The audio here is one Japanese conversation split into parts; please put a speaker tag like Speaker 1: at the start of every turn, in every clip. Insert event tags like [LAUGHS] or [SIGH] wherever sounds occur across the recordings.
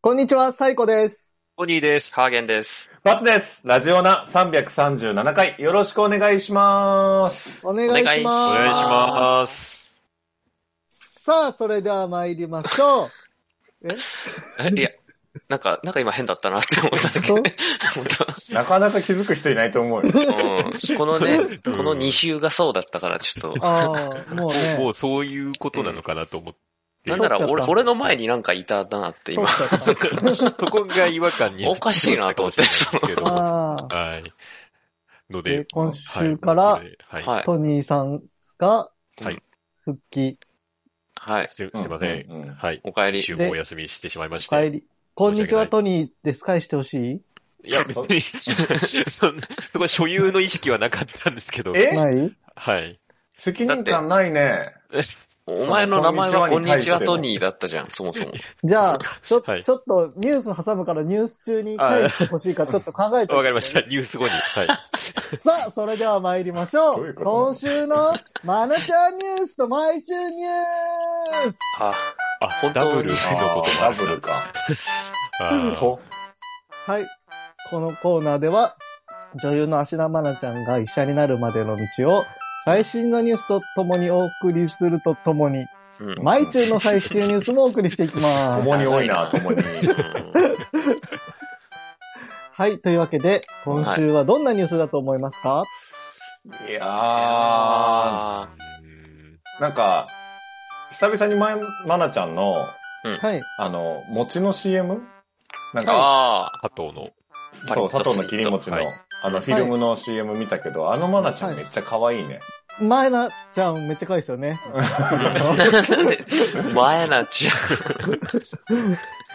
Speaker 1: こんにちは、サイコです。
Speaker 2: ポニーです。ハーゲンです。
Speaker 3: バツです。ラジオナ337回、よろしくお願いします。。
Speaker 1: お願いします。
Speaker 2: お願いします
Speaker 1: さあ、それでは参りましょう。
Speaker 2: え [LAUGHS] いや、なんか、なんか今変だったなって思っただけ。
Speaker 1: 本
Speaker 2: 本
Speaker 3: なかなか気づく人いないと思うよ。
Speaker 4: [LAUGHS]
Speaker 2: 当、うん、 [LAUGHS] このね、この2週がそうだったから、ちょっと。
Speaker 1: ああ、もうね。
Speaker 4: もうそういうことなのかなと思って。
Speaker 2: なんなら俺、俺の前になんかいたなって今。
Speaker 1: そうか
Speaker 4: そこが違和感に。
Speaker 2: おかしいなと思って
Speaker 4: ですけど。は
Speaker 1: ああ
Speaker 4: い。の
Speaker 1: で
Speaker 4: で。
Speaker 1: 今週から
Speaker 4: はい。はい
Speaker 2: はい。
Speaker 1: トニーさんが
Speaker 4: はい
Speaker 1: 復帰、
Speaker 2: はい。
Speaker 4: すすいません。
Speaker 3: うう
Speaker 4: はい。
Speaker 2: お帰り。
Speaker 4: 週もお休みしてしまいまし
Speaker 1: お帰
Speaker 4: て。
Speaker 1: り。こんにちは、
Speaker 4: 申し訳ない
Speaker 1: トニーです。返してほし
Speaker 4: いや、別に、 [LAUGHS] そんな、そこに所有の意識はなかったんですけど。
Speaker 1: い
Speaker 3: え
Speaker 1: ない
Speaker 4: はい。
Speaker 3: 責任感ないね。
Speaker 2: お前の名前は
Speaker 3: そ
Speaker 2: こ
Speaker 3: うんこんに
Speaker 2: に
Speaker 3: ち
Speaker 2: ち
Speaker 3: は
Speaker 2: はトニーだったじゃん、そもそも。
Speaker 1: じゃあ、ちょ,、
Speaker 4: はい
Speaker 1: ちょっとニュース挟むからニュース中に返してほしいからちょっと考えて
Speaker 4: わかりました。ニュース後に。はい。
Speaker 1: さあ、それでは参りましょう。
Speaker 3: どういうこと
Speaker 1: 今週のマナちゃんニュースとマイチューニュース
Speaker 2: あ、
Speaker 4: あ、
Speaker 2: 本当
Speaker 4: ダブルのこともあ
Speaker 3: ダ
Speaker 4: る
Speaker 3: ブルか。
Speaker 4: あー
Speaker 3: と。
Speaker 1: はい。このコーナーでは、女優の芦田愛菜ちゃんが医者になるまでの道を、最新のニュースとともにお送りするとともに、
Speaker 2: うん。
Speaker 1: 毎週の最新ニュースもお送りしていきます。
Speaker 3: 共に多いな、
Speaker 2: 長
Speaker 3: 共
Speaker 4: [LAUGHS]
Speaker 3: に。
Speaker 2: うん
Speaker 1: はい。というわけで、今週はどんなニュースだと思いますか、
Speaker 3: いや
Speaker 2: あ
Speaker 4: うん
Speaker 3: ー、なんか、久々にま、まなちゃんの、
Speaker 1: はい。
Speaker 3: あの、餅の CM? なん
Speaker 2: ー。
Speaker 3: か、
Speaker 2: あー
Speaker 4: 加藤の。
Speaker 2: パリ
Speaker 3: そ
Speaker 2: ッ
Speaker 3: う、
Speaker 2: と
Speaker 3: 佐藤の切り餅の
Speaker 4: はい、
Speaker 3: あの、フィルムの CM 見たけど、あのまなちゃんめっちゃ可愛いね。
Speaker 1: 前菜ちゃんめっちゃ可愛いですよね。
Speaker 2: [LAUGHS] なんで、前なっちゃ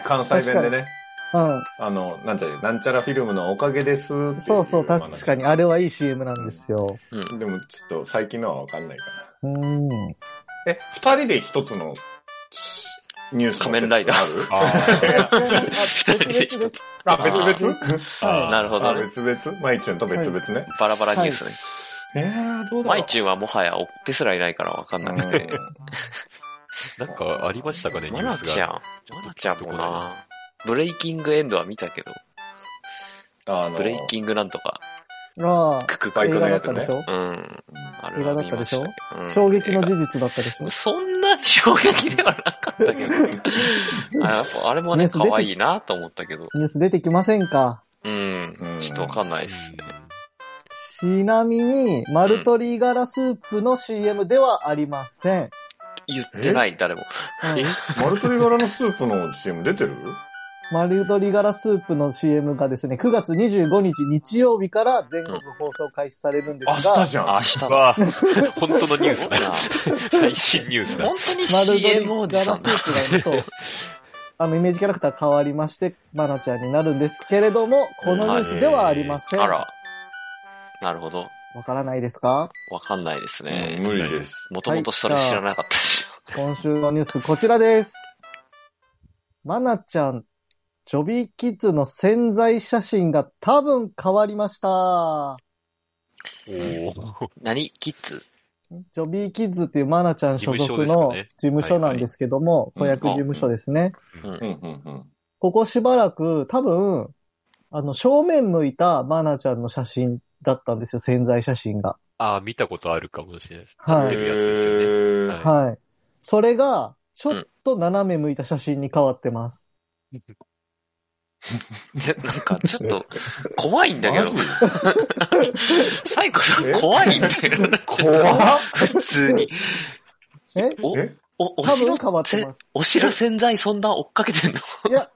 Speaker 3: 関西弁でね。
Speaker 1: う
Speaker 3: あの、なんちゃら、なんちゃらフィルムのおかげですってい
Speaker 1: ん。そうそう、確かに。。あれはいい CM なんですよ。
Speaker 2: う。うん。
Speaker 3: でも、ちょっと最近のはわかんないか
Speaker 1: う [LAUGHS] ーん。
Speaker 3: な。え、二人で一つのしニュースの説
Speaker 2: 仮面ライダー
Speaker 3: ある
Speaker 4: あー
Speaker 1: 二
Speaker 2: 人で一つ
Speaker 3: あ、別々
Speaker 4: あ
Speaker 2: [LAUGHS]
Speaker 4: ー。
Speaker 2: なるほ
Speaker 3: あ、
Speaker 2: どね。
Speaker 3: 別々マイチュンと別々ね。
Speaker 2: バラバラニュースね。
Speaker 3: えー、どうだろう
Speaker 2: マイチュンはもはや追ってすらいないからわかんなくて。
Speaker 4: なんかありましたかね、ニ
Speaker 2: マ
Speaker 4: ュー
Speaker 2: ナ
Speaker 4: ス
Speaker 2: ちゃ
Speaker 4: が。
Speaker 2: ん。マナちゃんもな。ブレイキングエンドは見たけど、
Speaker 3: うんあの、
Speaker 2: ブレイキングなんとか、
Speaker 1: ああ。
Speaker 2: クク
Speaker 3: バ
Speaker 2: ク
Speaker 3: イ
Speaker 1: 映
Speaker 3: ク
Speaker 1: 画
Speaker 3: の
Speaker 1: だ
Speaker 3: や
Speaker 1: っ
Speaker 3: つ
Speaker 1: た
Speaker 3: ね
Speaker 1: でしょ、
Speaker 2: うん。あれ
Speaker 1: 映画
Speaker 2: は
Speaker 1: だっ
Speaker 2: 見
Speaker 1: たで
Speaker 2: ま
Speaker 1: し
Speaker 2: し
Speaker 1: ょ
Speaker 2: たけど。うん
Speaker 1: 衝撃の事実だったでしょ
Speaker 2: 映画そんな衝撃ではなかったけど。あやっぱあれも
Speaker 1: ニュ
Speaker 2: ね、
Speaker 1: ース出て
Speaker 2: 可愛いなと思ったけど。
Speaker 1: ニュース出てきませんか
Speaker 2: うん
Speaker 3: う。ん
Speaker 2: ちょっとわかんないですね。
Speaker 4: う
Speaker 1: ちなみに、マルトリーガラスープの CM ではありません。
Speaker 2: 言ってない、誰も。
Speaker 1: うん
Speaker 3: マルトリ柄のスープの CM 出てる
Speaker 1: マルトリーガラスープの CM がですね、9月25日日曜日から全国放送開始されるんで
Speaker 3: 明
Speaker 1: すが、
Speaker 3: 日じゃん。
Speaker 2: 明日
Speaker 4: ん。
Speaker 2: だ。
Speaker 4: わあ、本当のニュー
Speaker 3: [LAUGHS]
Speaker 4: スだ。
Speaker 2: な
Speaker 4: 最新ニュースだ。
Speaker 2: 本当に
Speaker 1: マルトリ
Speaker 2: CM お
Speaker 1: ー
Speaker 2: じ
Speaker 1: ガ
Speaker 2: さ
Speaker 1: ラ
Speaker 2: ん
Speaker 1: ス
Speaker 2: だ。
Speaker 1: ープがね、そう、あの、イメージキャラクター変わりまして、マナちゃんになるんですけれども、このニュースではありません。
Speaker 2: あ
Speaker 1: わ
Speaker 2: ら。なるほど。
Speaker 1: からないですか
Speaker 2: わかんないです
Speaker 3: うん
Speaker 2: ね。
Speaker 3: 無理です。
Speaker 2: もともとそれ知らなかったし。
Speaker 1: 今週のニュースこちらです。マナちゃん、ジョビーキッズの潜在写真が多分変わりました。
Speaker 4: おー
Speaker 2: 何キッズ
Speaker 1: ジョビーキッズっていうマナちゃん所属の事
Speaker 4: 事
Speaker 1: 務所なんですけども、
Speaker 3: はいはい
Speaker 1: 子役事務所ですね。
Speaker 3: うんうんうん。
Speaker 1: ここしばらく多分、あの、正面向いたマナちゃんの写真だったんですよ、潜在写真が。
Speaker 4: ああ、見たことあるかもしれないです。
Speaker 1: はい
Speaker 4: やってるやつですよね。
Speaker 3: へー
Speaker 4: はい
Speaker 1: はい。それが、ちょっと斜め向いた写真に変わってます。
Speaker 2: でなんかちょっと、怖いんだけど
Speaker 3: マジ。
Speaker 2: [LAUGHS] サイコさん
Speaker 3: え
Speaker 2: 怖いんだけど。ちょっと
Speaker 3: 怖っ
Speaker 2: 普通に。
Speaker 1: え
Speaker 2: お
Speaker 3: え、
Speaker 2: お、お
Speaker 1: 多
Speaker 2: 城
Speaker 1: 分変わって
Speaker 2: せ
Speaker 1: ます。
Speaker 2: お城洗剤そんな追っかけてんの
Speaker 1: いや、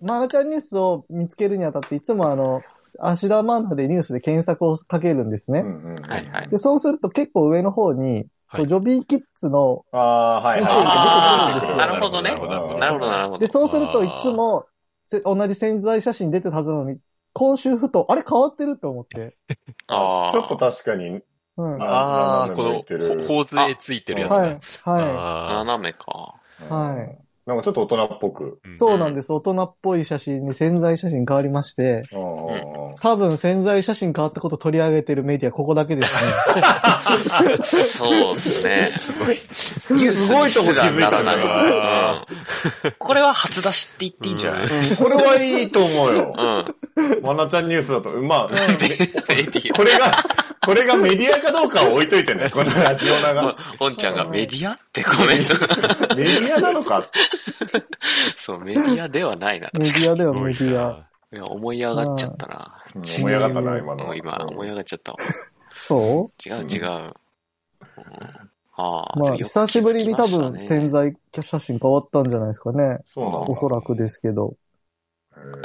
Speaker 1: マナちゃんニュースを見つけるにあたって、いつもあの、アシダマンナでニュースで検索をかけるんです
Speaker 3: う
Speaker 1: ね。
Speaker 3: んうんうん
Speaker 2: はいはい
Speaker 1: で、そうすると結構上の方に、
Speaker 4: は
Speaker 1: こ
Speaker 4: い
Speaker 1: うジョビーキッズの、
Speaker 3: あー、はいはい。
Speaker 1: あー
Speaker 2: なるほどね。
Speaker 3: うん
Speaker 2: なるほど、なるほ
Speaker 1: で、
Speaker 2: ど。
Speaker 1: そうするといつも、せ同じ潜在写真出てたはずなのに、今週ふと、あれ変わってると思って。
Speaker 2: ああ。
Speaker 3: ちょっと確かに、
Speaker 1: うん。は
Speaker 4: ああ、
Speaker 3: 斜
Speaker 4: こ
Speaker 3: め向いてる
Speaker 4: の、ほ頬杖ついてる
Speaker 1: い、
Speaker 4: やつだ。
Speaker 1: はい。
Speaker 2: 斜めか。
Speaker 1: はい
Speaker 3: なんかちょっと大人っぽく。
Speaker 1: そうなん
Speaker 4: で
Speaker 1: です。大人っぽい写真に潜在写真変わりまして、
Speaker 3: あー
Speaker 1: 多分潜在写真変わったこと取り上げてるメディアここだけ
Speaker 4: [LAUGHS]
Speaker 1: ですね。
Speaker 2: そうですね。ニュースにすらならない
Speaker 3: すごいとこ気づいたな
Speaker 2: うんこれは初出しって言っていいんじゃない
Speaker 3: うんこれはいいと思うよ。 [LAUGHS]
Speaker 2: うん。
Speaker 3: まなちゃんニュースだと。
Speaker 2: [LAUGHS]
Speaker 3: まあ、
Speaker 2: メディ
Speaker 3: これが、これがメディアかどうかは置いといてね。このラジオナ
Speaker 2: ア [LAUGHS]
Speaker 3: が。。
Speaker 2: おんちゃんがメディアってコメントが。
Speaker 3: メディアなのか。
Speaker 2: そう、メディアではないな。
Speaker 1: メディアではメデ
Speaker 4: すごい
Speaker 1: ィア。
Speaker 4: ない
Speaker 2: や、思い上がっちゃったな。
Speaker 3: うん思い上がったな、今
Speaker 2: も
Speaker 3: のは。
Speaker 2: う今、思い上がっちゃったわ。
Speaker 1: そ
Speaker 2: 違う
Speaker 3: うん
Speaker 2: 違う。うんあ
Speaker 1: うまあ、
Speaker 2: よく気づき
Speaker 1: 久しぶりに多
Speaker 2: ま
Speaker 1: 分
Speaker 2: したね
Speaker 1: 潜在写真変わったんじゃないですかね。
Speaker 3: そうなんだ
Speaker 1: おそらくですけど。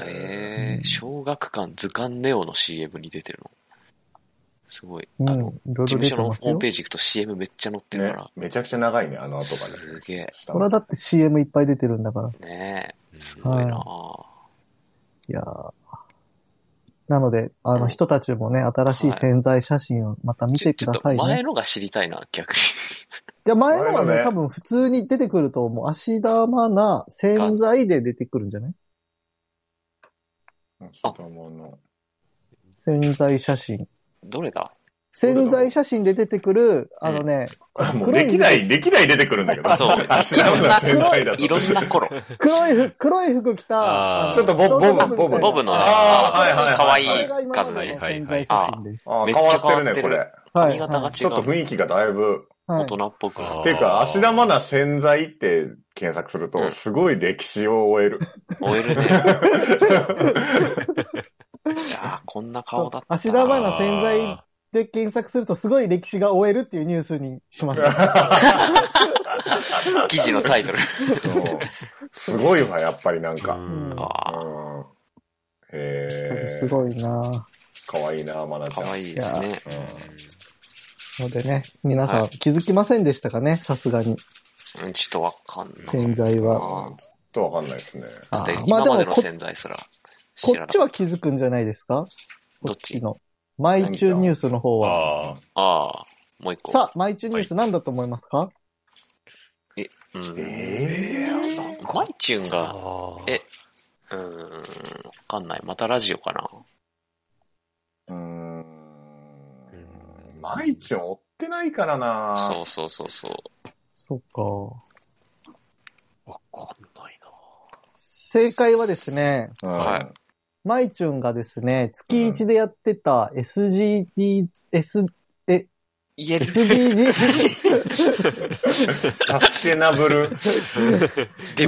Speaker 3: え
Speaker 2: えー、小学館図鑑ネオの CM に出てるの。すごい。
Speaker 1: う
Speaker 2: あ
Speaker 1: ん。い
Speaker 2: の、
Speaker 1: ろいろ
Speaker 2: 事
Speaker 1: 出
Speaker 2: 務所
Speaker 1: て
Speaker 2: の
Speaker 1: ます
Speaker 2: ホー
Speaker 1: よ
Speaker 2: ム。ページ行くと CM めっちゃ載ってる
Speaker 3: ね
Speaker 2: か、
Speaker 3: めちゃくちゃ長いね、あ
Speaker 2: ら。
Speaker 3: の後がね。
Speaker 2: すげえ。
Speaker 1: それはだって CM いっぱい出てるんだから。
Speaker 2: ねえ。すごいなぁ。
Speaker 1: いやーなので、あ
Speaker 2: う
Speaker 1: の
Speaker 2: ん
Speaker 1: 人たちもね、新しい潜在写真をまた見てください
Speaker 2: ちょっと前
Speaker 1: ね。
Speaker 2: のが知りたいな、逆に。
Speaker 1: いや、前のは
Speaker 3: 前の
Speaker 1: ね、
Speaker 3: ね
Speaker 1: 多分普通に出てくると思う。足玉な潜在で出てくるんじゃない
Speaker 3: うんそうだもの
Speaker 1: 潜在写真。
Speaker 2: どれ
Speaker 3: [LAUGHS]
Speaker 2: だ
Speaker 1: 潜在写真で出てくる、あのね、
Speaker 3: あもう
Speaker 1: 黒い
Speaker 3: 歴代、歴代出てくるんだけど。 [LAUGHS]
Speaker 2: そう
Speaker 3: 足の裏繊細だと。
Speaker 2: いろんな
Speaker 3: [LAUGHS]
Speaker 2: 頃。
Speaker 1: 黒い服、黒い服着た、
Speaker 4: あー
Speaker 1: あの
Speaker 3: ちょっとボ
Speaker 1: 少
Speaker 3: ボ
Speaker 1: 女
Speaker 3: ブ、
Speaker 1: みたいな
Speaker 2: ボブの
Speaker 3: ああ、はいはいはい。
Speaker 2: 可愛い
Speaker 1: これが今までの
Speaker 4: 数ね
Speaker 1: 潜在写真です。
Speaker 3: ああ、
Speaker 2: めっ
Speaker 3: 変
Speaker 2: ち
Speaker 3: わ
Speaker 2: ゃ変わ
Speaker 3: っ
Speaker 2: っててる
Speaker 3: るね、これ。
Speaker 1: はい。
Speaker 2: 髪型が違う。
Speaker 3: ちょっと雰囲気がだいぶ。
Speaker 1: は
Speaker 2: 大
Speaker 1: い
Speaker 2: 人っぽく。
Speaker 4: あー
Speaker 3: ていうか、芦田愛菜潜在って検索する
Speaker 2: う
Speaker 3: と、
Speaker 2: ん
Speaker 3: すごい歴史を終える。
Speaker 2: 終
Speaker 1: [LAUGHS]
Speaker 2: えるね。いやーこんな顔だったな。
Speaker 1: 芦田愛菜潜在で検索するとすごい歴史が終えるっていうニュースにしました。
Speaker 2: [LAUGHS] 記事のタイトル。
Speaker 1: [LAUGHS]
Speaker 3: そう [LAUGHS] すごいわ、やっぱりなん
Speaker 4: う
Speaker 3: か。
Speaker 4: ん
Speaker 1: うん
Speaker 3: う
Speaker 2: あ
Speaker 3: んへ
Speaker 1: す
Speaker 3: え。
Speaker 1: ごいなぁ
Speaker 3: かわいいな、愛菜
Speaker 2: あ、
Speaker 3: ち
Speaker 2: か
Speaker 3: ゃん。
Speaker 2: わいいですね。
Speaker 3: うん
Speaker 1: のでね、皆さ
Speaker 2: は
Speaker 1: ん気づきませんでしたかねさすがに、
Speaker 2: うん、ちょっとわかんな
Speaker 1: 潜
Speaker 2: い。
Speaker 1: 在は。
Speaker 2: あ
Speaker 3: ちょっとわかんないですね。
Speaker 2: だって
Speaker 1: あーまあ
Speaker 2: 今
Speaker 1: で
Speaker 2: まで
Speaker 1: も
Speaker 2: の
Speaker 1: こ、
Speaker 2: 潜在すら
Speaker 1: こ
Speaker 2: 知ら
Speaker 1: っ
Speaker 2: な
Speaker 1: ち
Speaker 2: かっ
Speaker 1: は気づくんじゃないですか
Speaker 2: ど
Speaker 1: こ
Speaker 2: っ
Speaker 1: っ
Speaker 2: ち
Speaker 1: ちの。マイチューニュースの方は。
Speaker 3: ああ。
Speaker 2: た。ああ、もう一個。
Speaker 1: さあ、マイチューニュース何だと思いますか
Speaker 2: うん。
Speaker 3: ええ。
Speaker 2: マイチューンが、
Speaker 4: あー
Speaker 2: えうーん、わかんない。またラジオかな。
Speaker 3: うーん。マイチョン追ってないからな
Speaker 2: そうそうそうそう。
Speaker 1: そっか。
Speaker 2: わかんない
Speaker 1: 正解はですね、
Speaker 3: うん。
Speaker 2: はい
Speaker 1: マイチューンがですね、月1でやってた SGD、S、え、
Speaker 2: 言える。
Speaker 1: SDG、
Speaker 3: サステナブ
Speaker 2: [LAUGHS]
Speaker 3: ル。
Speaker 2: デ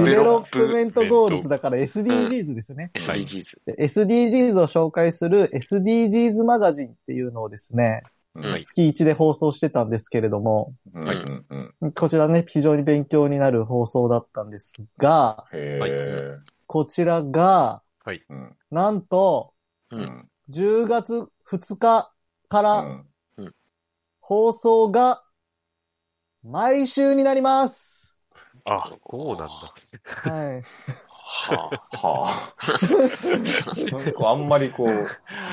Speaker 1: デ
Speaker 2: ベ
Speaker 1: ベ
Speaker 2: ロ
Speaker 1: ロッ
Speaker 2: ッ
Speaker 1: プ
Speaker 2: プメン
Speaker 1: メントゴールズだから SDGs ですね。
Speaker 2: ト SDGs。
Speaker 1: で SDGs を紹介する SDGs マガジンっていうのをですね、
Speaker 2: はい
Speaker 1: 月1で放送してたんですけれども、
Speaker 3: うんうんうん。
Speaker 1: こちらね、非常に勉強になる放送だったんですが、
Speaker 3: へ
Speaker 4: はい
Speaker 3: え。
Speaker 1: こちらが、
Speaker 3: うん
Speaker 1: なんと、
Speaker 2: う。
Speaker 3: うんん
Speaker 1: 10月2日か
Speaker 3: う
Speaker 1: ら
Speaker 3: ん
Speaker 1: 放送が、毎週になります。
Speaker 4: あ、こうなんだ。
Speaker 1: はい。
Speaker 2: は
Speaker 3: はあ。 [LAUGHS] なんかあんまりこう、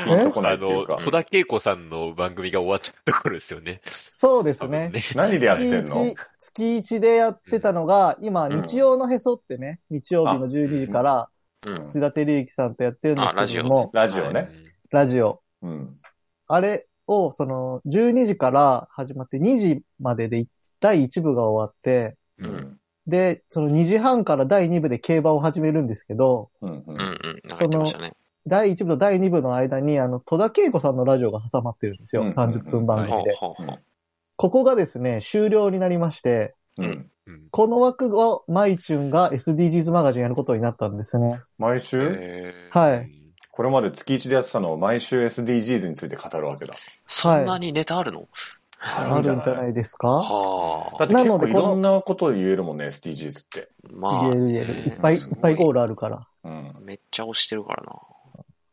Speaker 3: ピンとこな
Speaker 4: あ
Speaker 3: いっていう
Speaker 4: の、
Speaker 3: か。
Speaker 4: 戸田恵子さんの番組が終わっちゃった頃ですよね。
Speaker 1: そうです
Speaker 4: 多分
Speaker 1: ね。
Speaker 4: ね。
Speaker 3: 何でやってん
Speaker 1: 月
Speaker 3: の
Speaker 1: 一月一でやってたのが、今、
Speaker 3: うん
Speaker 1: 日曜のへそってね、日曜日の12時から、
Speaker 2: あ。うん。
Speaker 1: 土田照之さんとやってるんです
Speaker 2: あラ
Speaker 1: け
Speaker 2: ジ
Speaker 1: ど
Speaker 2: オ
Speaker 1: も、
Speaker 3: ラジオね。
Speaker 1: ラジオ。
Speaker 3: うん。
Speaker 1: あれを、その、12時から始まって2時までで、第1部が終わって、
Speaker 3: うんうん。
Speaker 1: で、その2時半から第2部で競馬を始めるんですけど、
Speaker 3: うんう。
Speaker 2: うんうんん。なんか言ってましたね。
Speaker 1: 第1部と第2部の間に、あの、戸田恵子さんのラジオが挟まってるんですよ。
Speaker 3: うん
Speaker 1: 30分番
Speaker 4: そ
Speaker 1: 組
Speaker 2: ほ
Speaker 4: の
Speaker 2: う
Speaker 1: で。
Speaker 2: ほうほう。
Speaker 1: ここがですね、終了になりまして、
Speaker 3: うん。
Speaker 4: うん
Speaker 1: この枠をマイチューンが SDGs マガジンやることになったんですね。
Speaker 3: 毎週
Speaker 2: へー
Speaker 1: はい。
Speaker 3: これまで月一でやってたのを毎週 SDGs について語るわけだ。
Speaker 2: そんなにネタあるの
Speaker 1: あるんじゃないですか
Speaker 2: はあ。
Speaker 3: だって結
Speaker 1: なの
Speaker 3: 構
Speaker 1: で
Speaker 3: い
Speaker 1: この
Speaker 3: ろんなことを言えるもんね、SDGs って。
Speaker 2: まあ
Speaker 1: 言え
Speaker 2: ね。
Speaker 1: る言える。いっぱいいっ
Speaker 2: すご
Speaker 1: ぱいゴールあるから。
Speaker 3: うん。
Speaker 2: めっちゃ押してるからな。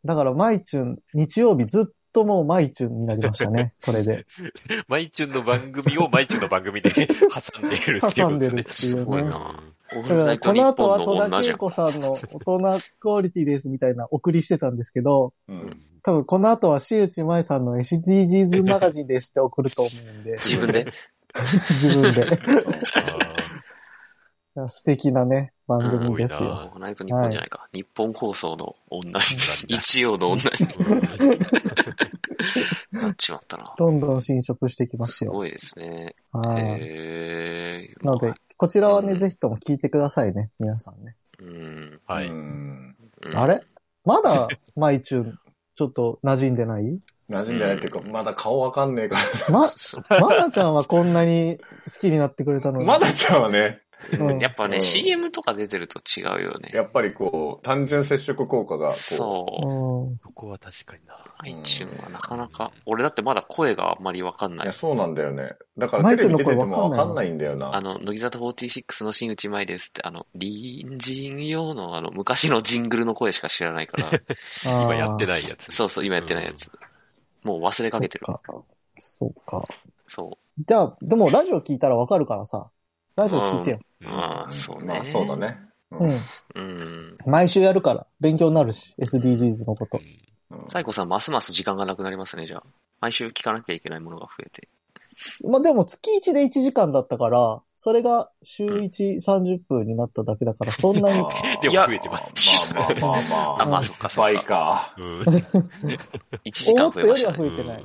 Speaker 1: だから、マイチューン、日曜日ずっともうマイチューンになりましたね。これで。
Speaker 4: マイチュンの番組をマイチュンの番組で挟んでいるっていう
Speaker 1: 挟
Speaker 4: こと
Speaker 1: ん
Speaker 4: で
Speaker 1: でする
Speaker 4: ね。
Speaker 1: っていう
Speaker 2: すごい
Speaker 1: ね。
Speaker 2: な。
Speaker 1: だ
Speaker 2: オー
Speaker 1: か
Speaker 2: ルナ
Speaker 1: ら
Speaker 2: イト
Speaker 1: こ
Speaker 2: ニ
Speaker 1: の
Speaker 2: ッ
Speaker 1: 後
Speaker 2: ポ
Speaker 1: は
Speaker 2: ンの
Speaker 1: 戸
Speaker 2: 女
Speaker 1: 田
Speaker 2: じ
Speaker 1: 恵
Speaker 2: ゃん。
Speaker 1: 子さんの大人クオリティですみたいな送りしてたんですけど、
Speaker 3: うん。
Speaker 1: 多分この後は新内舞さんの SDGs マガジンですって [LAUGHS] 送ると思うんで、
Speaker 2: 自分で。
Speaker 1: 自分で。
Speaker 4: あー
Speaker 1: いや素敵なね、番組です
Speaker 4: うん多いな
Speaker 1: よ。
Speaker 2: オールナイト日本じゃないか。日本放送の女に、日曜の女になっちまったな。
Speaker 1: [LAUGHS] どんどん侵食してきます
Speaker 2: す
Speaker 1: よ。
Speaker 2: ごいですね。
Speaker 1: はい。
Speaker 2: へー
Speaker 1: なので、こちらはね、
Speaker 2: うん
Speaker 1: ぜひとも聞いてくださいね、皆さんね。
Speaker 2: うん。
Speaker 4: は
Speaker 3: う
Speaker 4: い。
Speaker 3: ん
Speaker 2: うん
Speaker 1: あれまだ、マイチューン、ちょっと馴染んでない
Speaker 3: 馴染んでないっていうか、まだ顔わかんねえか
Speaker 2: [LAUGHS]
Speaker 1: ま、
Speaker 2: そう
Speaker 1: まなちゃんはこんなに好きになってくれたの
Speaker 3: ら。
Speaker 1: に。
Speaker 3: まだちゃんはね、
Speaker 1: うん
Speaker 2: やっぱ
Speaker 3: う
Speaker 2: ね、
Speaker 3: ん
Speaker 2: CM とか出てると違うよね。
Speaker 3: やっぱりこう、単純接触効果が、こ
Speaker 2: そ
Speaker 1: う
Speaker 2: う。
Speaker 1: ん。
Speaker 4: そこは確かにな。
Speaker 2: iTune はなかなか、俺だってまだ声があんまりわかん
Speaker 3: う、
Speaker 2: ない
Speaker 3: や、
Speaker 2: い。
Speaker 3: そうなんだよね。だからテレビ出ててもわかんないんだよ
Speaker 2: あ
Speaker 3: な。
Speaker 2: の、乃木坂46の新内舞ですって、あの、隣人用のあの、昔のジングルの声しか知らないから、
Speaker 1: 今
Speaker 4: 今やってないやつ。
Speaker 2: そうそう、今やってないやつ。もう忘れかけてる。
Speaker 1: そっか。そうか。
Speaker 2: そ
Speaker 1: じゃあ、でもラジオ聞いたらわかるからさ。ラジオ聞いてよ。
Speaker 2: う。
Speaker 4: うん
Speaker 2: まあ、そうね。
Speaker 3: まあ、そうだ。ね。
Speaker 1: うん。
Speaker 2: うん。
Speaker 1: 毎週やるから。勉強になるし。SDGs のこと
Speaker 4: う。ん
Speaker 3: うん。
Speaker 2: サイコさん、ますます時間がなくなりますね、じゃあ。毎週聞かなきゃいけないものが増えて。
Speaker 1: まあでも月1で1時間だったから、それが週130分になっただけだから、そんなに。
Speaker 4: でも増えてます
Speaker 3: まあまあまあま
Speaker 2: [LAUGHS] あ、
Speaker 3: あ。
Speaker 2: まあ、そっか、そっ
Speaker 3: 倍
Speaker 2: か。
Speaker 3: か。
Speaker 4: うん
Speaker 1: 思ったよりは増えてない。
Speaker 2: 1時間増えましたね。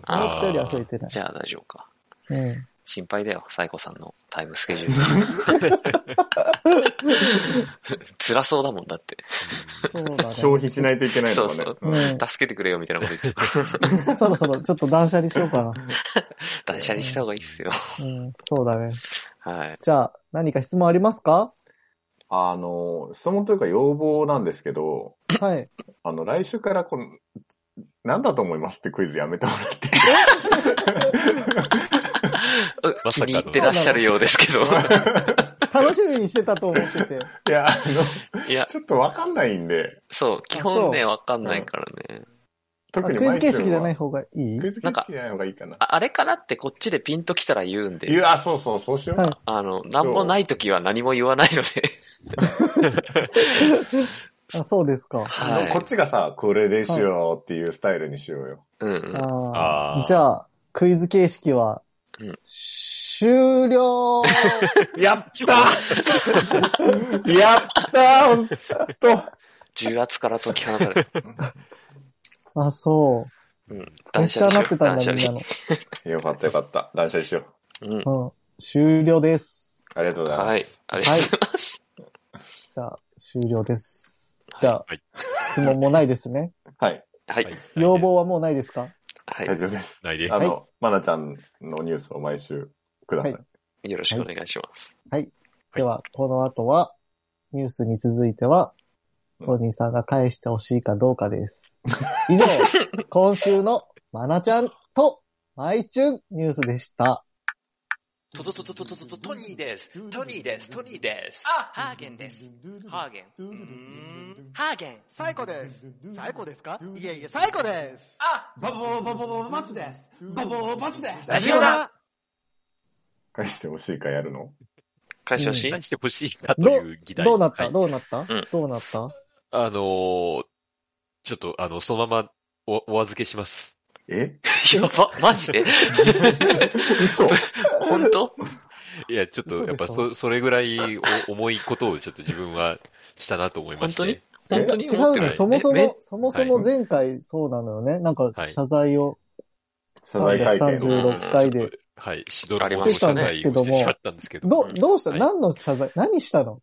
Speaker 4: あー
Speaker 1: 思ったよりは増えてない。
Speaker 2: じゃあ大丈夫か。
Speaker 1: うん。
Speaker 2: 心配だよ、サイコさんのタイムスケジュー
Speaker 1: [LAUGHS]
Speaker 2: ル。辛そうだもんだって。
Speaker 1: そうだね。
Speaker 3: 消費しないといけないのかね。
Speaker 2: そう
Speaker 1: うん
Speaker 3: ん。
Speaker 2: 助けてくれよみたいなこと言って。
Speaker 1: そろそろちょっと断捨離しようかな。
Speaker 2: 断捨離した方がいいっすよ。
Speaker 1: うん。そうだね。
Speaker 2: はい。
Speaker 1: じゃあ、何か質問ありますか
Speaker 3: あの、質問というか要望なんですけど、
Speaker 1: はい。
Speaker 3: あの、来週からこの、なんだと思いますってクイズやめてもらっていい
Speaker 4: まさ
Speaker 2: 気に
Speaker 4: かの
Speaker 2: 入ってらっしゃるようですけ
Speaker 1: [LAUGHS]
Speaker 2: ど。
Speaker 1: 楽しみにしてたと思ってて。
Speaker 3: いや、あの、
Speaker 2: いや、
Speaker 3: ちょっとわかんないんで、
Speaker 2: そう、基本ね、わかんないからね。
Speaker 1: あ
Speaker 3: 特に。
Speaker 1: クイズ形式じゃないい方がいい
Speaker 3: クイズ形式じゃない方がいいかな。
Speaker 2: ああれからってこっちでピンときたら言うん
Speaker 3: い
Speaker 2: で。
Speaker 3: や、あそうそう、そうしよう。
Speaker 1: はい
Speaker 2: あの、なんもない時は何も言わないので。
Speaker 1: あそうですか。
Speaker 2: は
Speaker 3: でもこっ
Speaker 2: い。
Speaker 3: ちがさ、これでしようっていうスタイルにしようよ。
Speaker 2: [LAUGHS] うんうん。
Speaker 1: あ
Speaker 4: あ
Speaker 1: ー
Speaker 4: ー
Speaker 1: じゃあ、クイズ形式は
Speaker 2: うん、
Speaker 1: 終了
Speaker 3: やった [LAUGHS] ーやったーほんと
Speaker 2: 重圧から解き放
Speaker 1: [LAUGHS]
Speaker 2: たれた。
Speaker 1: あ、そう。
Speaker 2: うん。
Speaker 1: プレッシャーになってたんだ、みんなの。
Speaker 3: よかったよかった。断捨離しよう。
Speaker 2: うん。
Speaker 1: うん。終了です。
Speaker 3: ありがとうございます。
Speaker 2: はい。ありが
Speaker 1: は
Speaker 2: と
Speaker 1: いう
Speaker 2: ございます。
Speaker 1: じゃあ、終了です。じゃあ、
Speaker 4: はい
Speaker 1: 質問もないですね。
Speaker 3: はい、
Speaker 2: はい。
Speaker 1: 要望はもうないですか
Speaker 2: は
Speaker 3: 大丈夫です。
Speaker 4: ないです
Speaker 3: あ。
Speaker 1: は
Speaker 3: の、まなちゃんのニュースを毎週ください。
Speaker 1: はい
Speaker 2: い。よろしくお願いします。
Speaker 1: では、この後は、ニュースに続いては、
Speaker 3: うん
Speaker 1: トニーさんが返してほしいかどうかです。以上、今週のまなちゃんと、マイチュンニュースでした。
Speaker 5: トトトトトトトトトニーです。トニーです。トニーです。
Speaker 6: あ
Speaker 5: ハーゲンです。ハーゲン。うーんハーゲン。
Speaker 6: 最高です。最高ですかいえいえ、最高です。あバボーバボーバツです。バボーバツです。
Speaker 5: ラジオだ
Speaker 3: 返してほしいかやるの
Speaker 2: 返してほしい
Speaker 4: 何してほしいかという議題。
Speaker 1: どうなった、
Speaker 4: はい
Speaker 1: どうなった
Speaker 2: ん
Speaker 1: どうなった
Speaker 4: あのー、ちょっと、あの、そのままお、お預けします。
Speaker 5: [LAUGHS]
Speaker 3: え
Speaker 2: やば、マジで
Speaker 3: 嘘
Speaker 2: 本当
Speaker 4: いや、ちょっと、やっぱ、
Speaker 1: 嘘
Speaker 4: そ、それぐらいお重いことをちょっと自分はしたなと思いまして。
Speaker 2: 本当に
Speaker 1: いや違
Speaker 2: 本当に思っ
Speaker 1: うの
Speaker 2: てな
Speaker 1: よ。
Speaker 2: い。
Speaker 1: そもそ
Speaker 2: めめ
Speaker 1: も、そもそも前回そうなのよね。なんか
Speaker 4: はい
Speaker 1: 謝罪を
Speaker 3: 謝罪会見を。
Speaker 1: 336回で。
Speaker 4: はい、指導
Speaker 2: あり
Speaker 4: の
Speaker 2: ましたね
Speaker 4: 謝罪をしてしまったんですけど。
Speaker 1: ど、どうした
Speaker 4: はい
Speaker 1: 何の謝罪何したの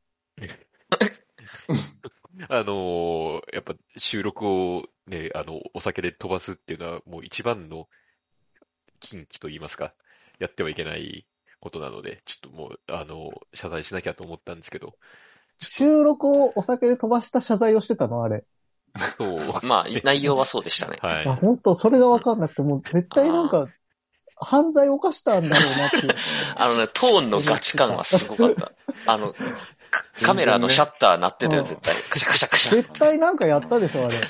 Speaker 4: あのーやっぱ収録をね、あの、お酒で飛ばすっていうのはもう一番の禁忌と言いますか、やってはいけないことなので、ちょっともう、あの謝罪しなきゃと思ったんですけど、
Speaker 1: 収録をお酒で飛ばした謝罪をしてたのあれ。
Speaker 4: そう、
Speaker 2: [LAUGHS] まあ、内容はそうでしたね。
Speaker 4: はい
Speaker 1: あ、。本当それがわかんなくて、もう絶対なんか、犯罪を犯したんだろうなっていう。
Speaker 2: あのね、トーンのガチ感はすごかった。あの、かカメラのシャッター鳴ってたよ、絶対。カシャカシャカシャ。
Speaker 1: 絶対なんかやったでしょ、あれ。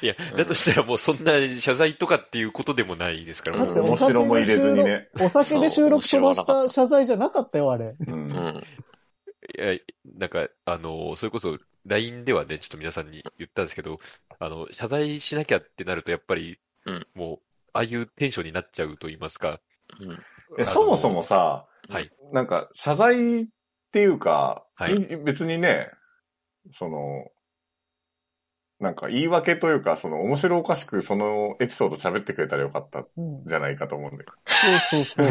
Speaker 4: いや、だとしたらもうそんな謝罪とかっていうことでもないですから、
Speaker 1: だ
Speaker 2: う
Speaker 4: も
Speaker 1: っ
Speaker 2: ん
Speaker 1: て
Speaker 4: う
Speaker 1: お酒
Speaker 3: 面白も入
Speaker 1: で
Speaker 3: れず
Speaker 1: 収
Speaker 3: に
Speaker 1: 録、
Speaker 3: ね
Speaker 1: お酒で収録
Speaker 2: そう
Speaker 1: 飛
Speaker 2: 面白
Speaker 1: ば
Speaker 2: はな
Speaker 1: し
Speaker 2: か
Speaker 1: 謝
Speaker 2: った
Speaker 1: 罪じゃなかったよ、あれ。
Speaker 3: う。
Speaker 2: うんん。
Speaker 4: いや、なんか、あの、それこそ LINE ではね、ちょっと皆さんに言ったんですけど、あの、謝罪しなきゃってなると、やっぱり
Speaker 2: うん、
Speaker 4: もう、ああいうテンションになっちゃうと言いますか。
Speaker 2: うん。
Speaker 3: えそもそもさ、
Speaker 4: はい。
Speaker 3: なんか、謝罪っていうか、
Speaker 4: はい
Speaker 3: い別にね、その、なんか言い訳というか、その面白おかしくそのエピソード喋ってくれたらよかった
Speaker 1: うん
Speaker 3: じゃないかと思うんで。
Speaker 1: そうそうそうそう。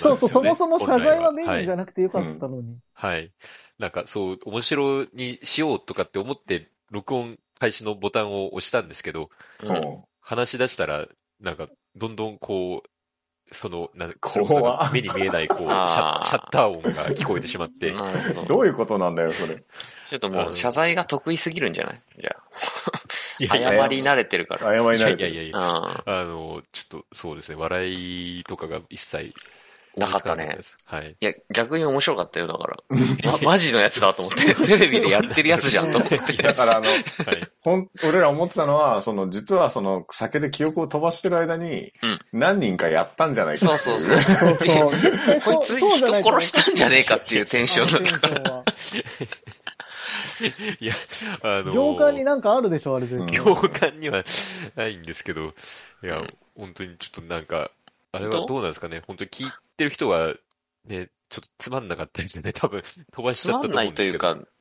Speaker 1: そうそう、そもそも謝罪はメインじゃ
Speaker 4: な
Speaker 1: なくてよかったのに。
Speaker 4: はい。はい。なんかそう、面白にしようとかって思って、録音開始のボタンを押したんですけど、
Speaker 3: う
Speaker 2: うん
Speaker 3: ん。
Speaker 4: 話し出したら、なんか、どんどんこう、その、なん
Speaker 3: 怖っ
Speaker 4: それこそなんか目に見えない、
Speaker 1: [LAUGHS]
Speaker 4: こう、シャ
Speaker 2: あ
Speaker 4: ッ
Speaker 2: ー
Speaker 4: シャッター音が聞こえてしまって、
Speaker 2: なるほど。
Speaker 3: どういうことなんだよ、それ。
Speaker 2: ちょっともう謝罪が得意すぎるんじゃないじゃ
Speaker 4: い
Speaker 2: あ、
Speaker 4: やいや
Speaker 2: 謝り慣れてるから。
Speaker 3: 謝りないい
Speaker 4: や
Speaker 3: れ
Speaker 4: い
Speaker 3: て
Speaker 4: や
Speaker 3: る
Speaker 4: いやいや、
Speaker 2: う
Speaker 4: あの、ちょっとそうですね、笑いとかが一切
Speaker 2: なかったね
Speaker 4: 思いつかなかったです。はい。
Speaker 2: ん。いや、逆に面白かったよ、
Speaker 1: [LAUGHS]
Speaker 2: だから。ま、マジのやつだと思って。テレビでやってるやつじゃんと思って。
Speaker 3: だからあの、
Speaker 4: はい。 [LAUGHS]
Speaker 3: ほん、俺ら思ってたのは、その、実はその、酒で記憶を飛ばしてる間に
Speaker 2: うん、
Speaker 3: 何人かやったんじゃないか
Speaker 2: そう
Speaker 3: ってい
Speaker 2: そうそう。
Speaker 1: そうそう。絶対
Speaker 2: こ
Speaker 1: そ
Speaker 2: いう
Speaker 1: そ
Speaker 2: つ人
Speaker 1: うじゃないと
Speaker 2: 殺したんじゃねえかっていうテンションだったから。
Speaker 1: あのテンシ
Speaker 4: いや、あ
Speaker 1: ョン
Speaker 4: の
Speaker 1: は行間になんかあるでしょ、あれ絶対。
Speaker 3: うん
Speaker 4: 行間にはないんですけど、いや、
Speaker 2: うん
Speaker 4: 本当にちょっとなんか、あれは
Speaker 2: 本当
Speaker 4: どうなんですかね、本当に聞いてる人は、ね、ちょっとつまんなかったですね、多分飛ばし
Speaker 2: つ
Speaker 4: ちゃ
Speaker 2: ま
Speaker 4: ったと思う
Speaker 2: な
Speaker 4: んんで
Speaker 2: い
Speaker 4: す
Speaker 2: とい
Speaker 4: け
Speaker 2: う
Speaker 4: ど。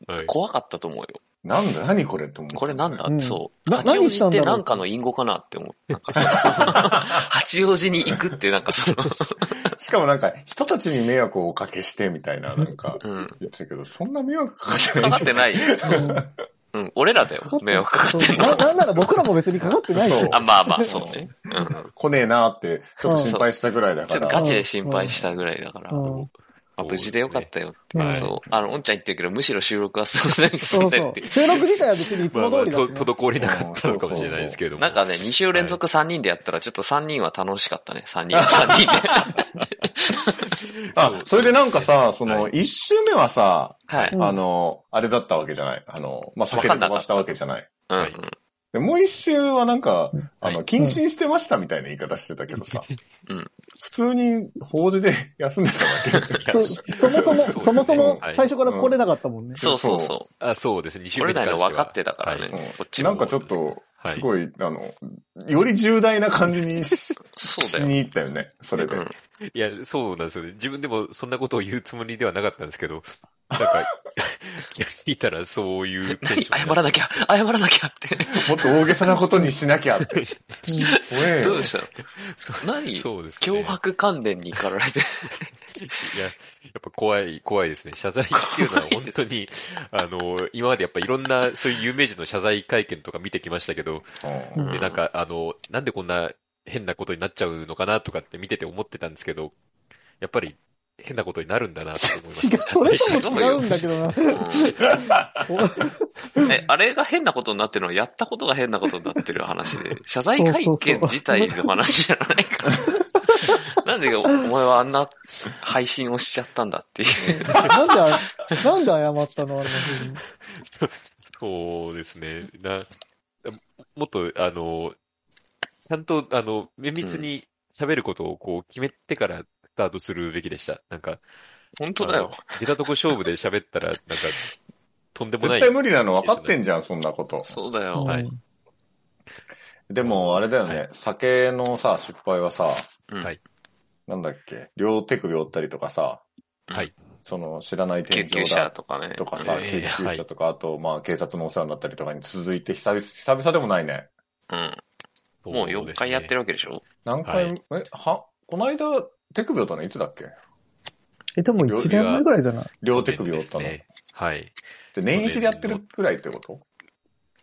Speaker 2: か、
Speaker 4: はい、
Speaker 2: 怖かったと思うよ。
Speaker 3: なんだ、何これって思う。
Speaker 2: これなんだ、
Speaker 1: うん
Speaker 2: そう。
Speaker 1: な
Speaker 2: 八王
Speaker 1: 何した
Speaker 2: 子っ
Speaker 1: んだ
Speaker 2: て
Speaker 1: ろう
Speaker 2: なんかの隠語かな
Speaker 1: [LAUGHS]
Speaker 2: って思う。なんか八王子に行くってなんかその、
Speaker 3: しかもなんか、人たちに迷惑をおかけしてみたいな、なんか、
Speaker 2: うん。
Speaker 3: 言ってたけど、そんな迷惑かかってな
Speaker 2: か
Speaker 3: い
Speaker 2: かって
Speaker 3: い。
Speaker 2: ない。うん、俺らだよ。迷惑かかってんの
Speaker 1: そう。ななんなら僕らも別にかかってない
Speaker 3: そう
Speaker 1: よ。
Speaker 2: あ、まあまあ、そうね。うん。
Speaker 3: 来ねえなって、ちょっと心配したぐらいだ
Speaker 2: ちょ
Speaker 3: か
Speaker 2: っとガ
Speaker 3: ら。
Speaker 2: チで心配したぐらいだから。
Speaker 1: うん
Speaker 2: まあ、無事でよかったよって。
Speaker 1: うん
Speaker 2: そう。あの、おんちゃん言ってるけど、むしろ収録はそのに
Speaker 1: そ
Speaker 2: 進ん
Speaker 1: う
Speaker 2: で
Speaker 1: そ
Speaker 2: っ
Speaker 1: う
Speaker 2: て。。
Speaker 1: 収録自体は別にいつ
Speaker 4: まあ
Speaker 1: も
Speaker 4: まあ
Speaker 1: 通りだし
Speaker 4: と
Speaker 1: ね。
Speaker 4: 滞りなかったのかもしれないですけれども。
Speaker 2: なんかね、2週連続3人でやったら、ちょっと3人は楽しかったね。3人、3人で。
Speaker 3: あ、それでなんかさ、その、
Speaker 4: は
Speaker 3: 一周目はさ、
Speaker 2: はい。
Speaker 1: うん
Speaker 3: あの、あれだったわけじゃない。あの、まあ、酒で飛ばしたわけじゃない。
Speaker 2: うん
Speaker 4: はい
Speaker 3: でもう一周はなんか、あ
Speaker 2: は
Speaker 3: の、謹慎してましたみたいな言い方してたけどさ。
Speaker 2: うん
Speaker 3: 普通に法事で [LAUGHS] 休んでただけ。
Speaker 1: そうそもそも、そもそも最初から来れなかったもんね。
Speaker 2: そうそうそ
Speaker 4: あ、そうですね、2
Speaker 2: う。
Speaker 4: 週
Speaker 2: 俺
Speaker 4: 目に
Speaker 2: ら
Speaker 4: 関して
Speaker 2: の
Speaker 4: は
Speaker 2: 分かってたからね。
Speaker 4: はい
Speaker 2: こっちも
Speaker 3: なんかちょっと、
Speaker 4: はい
Speaker 3: すごい、あの、より重大な感じにし
Speaker 2: そうだ
Speaker 3: し
Speaker 2: よ
Speaker 3: に行ったよね。それで。
Speaker 2: うん
Speaker 4: いや、そうなんですよね。自分でもそんなことを言うつもりではなかったんですけど、
Speaker 2: [LAUGHS]
Speaker 4: なんか、聞いたらそういうテンショ
Speaker 2: 何
Speaker 4: ンになって。
Speaker 2: 謝らなきゃ謝らなきゃって。
Speaker 3: [LAUGHS] もっと大げさなことにしなき
Speaker 2: [LAUGHS]
Speaker 3: ゃって。怖え
Speaker 2: ど
Speaker 3: よ
Speaker 2: う。したの
Speaker 4: [LAUGHS]
Speaker 2: 何
Speaker 4: そうですね。
Speaker 2: 脅迫関連に駆られて。
Speaker 4: いや、やっぱ怖い、怖いですね。謝罪っていうのは本当に、あの、今までやっぱいろんな、そういう有名人の謝罪会見とか見てきましたけど、
Speaker 3: うん
Speaker 2: う
Speaker 4: で、
Speaker 2: ん
Speaker 4: なんか、あの、なんでこんな変なことになっちゃうのかなとかって見てて思ってたんですけど、やっぱり変なことになるんだなって思いまし
Speaker 1: 違う、
Speaker 4: た。
Speaker 1: それとも違うんだけ
Speaker 2: [LAUGHS]
Speaker 1: どな。
Speaker 2: え、あれが変なことになってるのは、やったことが変なことになってる話で、謝罪会見自体の話じゃないから。なんでお前はあんな配信をしちゃったんだっていう。
Speaker 1: [LAUGHS] なんであ、なんで謝ったのあれの時に
Speaker 4: そうですね。な、もっと、あの、ちゃんと、あの、綿密に喋ることをこう決めてからスタートするべきでした。なんか、
Speaker 2: 本当だよ。
Speaker 4: あの。出たとこ勝負で喋ったら、なんか、とんでもな
Speaker 3: 絶
Speaker 4: い。
Speaker 3: 対無理なの分かってんじゃん、そんなこと。
Speaker 2: そうだよ。
Speaker 4: はい
Speaker 3: でも、あれだよ
Speaker 4: は
Speaker 3: ね
Speaker 4: い。
Speaker 3: 酒のさ、失敗はさ、
Speaker 2: うん
Speaker 4: はい
Speaker 3: なんだっけ、両手首折ったりとかさ、
Speaker 4: はい。
Speaker 3: その知らない
Speaker 2: 救
Speaker 3: 天
Speaker 2: 急
Speaker 3: 井
Speaker 2: 車
Speaker 3: だ
Speaker 2: とかね。
Speaker 3: とかさ、
Speaker 4: ええ
Speaker 3: 救急車とか、あと、まあ、警察のお世話になったりとかに続いて久々、久々でもないね。
Speaker 2: うん。もう4回やって
Speaker 4: る。
Speaker 2: るわけでしょ
Speaker 3: 何回も、え、は、この間、手首折ったのいつだっけ
Speaker 1: え、でも1年前ぐらいじゃない
Speaker 3: 両手首折ったの。
Speaker 4: ね。はい。
Speaker 3: で年一でやってるくらいってこと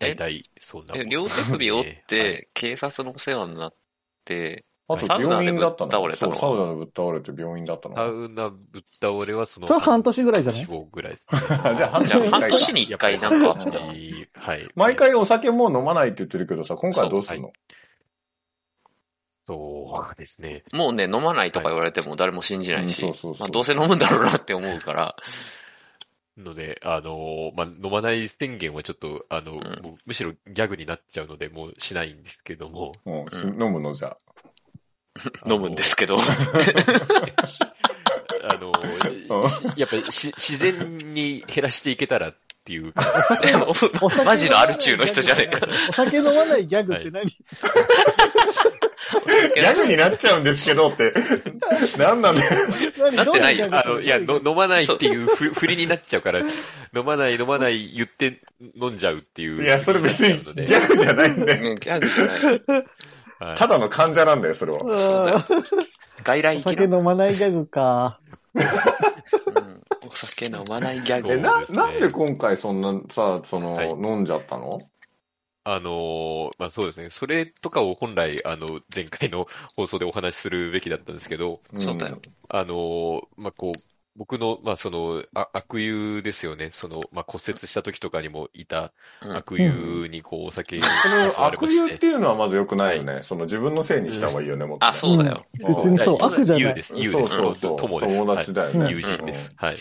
Speaker 2: え
Speaker 4: 大体、そんなもん
Speaker 2: え両手首折っ
Speaker 4: ねはい
Speaker 2: て、警察のお世話になって、
Speaker 3: あ
Speaker 4: い
Speaker 3: と、病院だったの。
Speaker 2: サウナでぶっ倒れたの
Speaker 3: そう、サウナでぶっ倒れて病院だった
Speaker 4: サ
Speaker 3: の。
Speaker 4: ウナぶっ倒れはその、
Speaker 1: それは半年ぐらいじゃない
Speaker 4: 死亡ぐらいです。
Speaker 3: [LAUGHS] じゃあ、半
Speaker 2: じゃあ
Speaker 3: 年
Speaker 2: 半年
Speaker 3: に。
Speaker 2: に1回なんかあった
Speaker 3: やっぱ
Speaker 2: の。
Speaker 4: いいはい。
Speaker 3: 毎回お酒もう飲まないって言ってるけどさ、今回はどうすんの
Speaker 4: そうですね。
Speaker 2: もうね、飲まないとか言われても誰も信じないし
Speaker 3: うんそうそう、そう
Speaker 2: まあどうせ飲むんだろうなって思うから、
Speaker 4: ので、あのーまあ、飲まない宣言はちょっと、あの、
Speaker 2: ん
Speaker 4: もうむしろギャグになっちゃうので、もうしないんですけども。
Speaker 3: うん [LAUGHS] し飲むのじゃあ。
Speaker 2: 飲むんですけど。
Speaker 4: あのの、
Speaker 3: [LAUGHS]
Speaker 4: やっぱりし自然に減らしていけたらっ
Speaker 3: [LAUGHS]
Speaker 4: ていうか、
Speaker 2: [LAUGHS]
Speaker 1: お酒
Speaker 2: マジのアルチューの人じゃねえか。
Speaker 1: お酒飲まないギャグって何、
Speaker 3: ギャグになっちゃうんですけどって、 [LAUGHS] 何なんだよ。
Speaker 1: 何
Speaker 2: なってないよ
Speaker 1: どん
Speaker 4: あ
Speaker 1: ギャ
Speaker 4: の、
Speaker 1: グ
Speaker 4: いや、の飲まないっていうふ振りになっちゃうから、飲まない飲まない言って飲んじゃうっていう。
Speaker 3: いや、それ別にギ
Speaker 4: 振りになっちゃうの
Speaker 3: ャグじゃないんだよ。
Speaker 2: うんギャグじゃない。
Speaker 4: ではい
Speaker 3: ただの患者なんだよ、それは。
Speaker 2: そうだよ
Speaker 1: あー。
Speaker 2: 外来
Speaker 1: お
Speaker 2: 行き
Speaker 1: 酒
Speaker 2: な、
Speaker 1: 飲まないギャグか。
Speaker 2: うんお酒飲まないギャ
Speaker 4: そ
Speaker 3: え、
Speaker 4: う
Speaker 2: グ。
Speaker 3: な、
Speaker 4: ですね
Speaker 3: なんで今回そんな、さ、その、
Speaker 4: はい
Speaker 3: 飲んじゃったの
Speaker 4: あのーまあ、そうですね。それとかを本来、あの、前回の放送でお話しするべきだったんですけど、
Speaker 2: そうだよ。
Speaker 4: あの、まあ、こう、僕の、まあ、その、あ悪友ですよね。その、まあ、骨折した時とかにもいた
Speaker 2: うん
Speaker 4: 悪友に、こう、お酒に
Speaker 3: そ
Speaker 4: 誘
Speaker 3: の
Speaker 4: われま
Speaker 3: 悪友っ
Speaker 4: して
Speaker 3: て。いうのはまず良くないよね。その自分のせいにした方がいいよね、もっとね。
Speaker 2: あ、そうだよ。
Speaker 3: うん
Speaker 1: 別にそう、
Speaker 2: あ
Speaker 1: 悪じゃな
Speaker 4: 友
Speaker 1: い
Speaker 4: で。す。友
Speaker 3: そ
Speaker 4: で
Speaker 3: う
Speaker 4: す。
Speaker 3: そうそう。
Speaker 4: 友です。
Speaker 3: 友達
Speaker 4: は
Speaker 3: だよね。
Speaker 4: い友人で
Speaker 3: う
Speaker 4: す
Speaker 3: ん。。
Speaker 4: はい。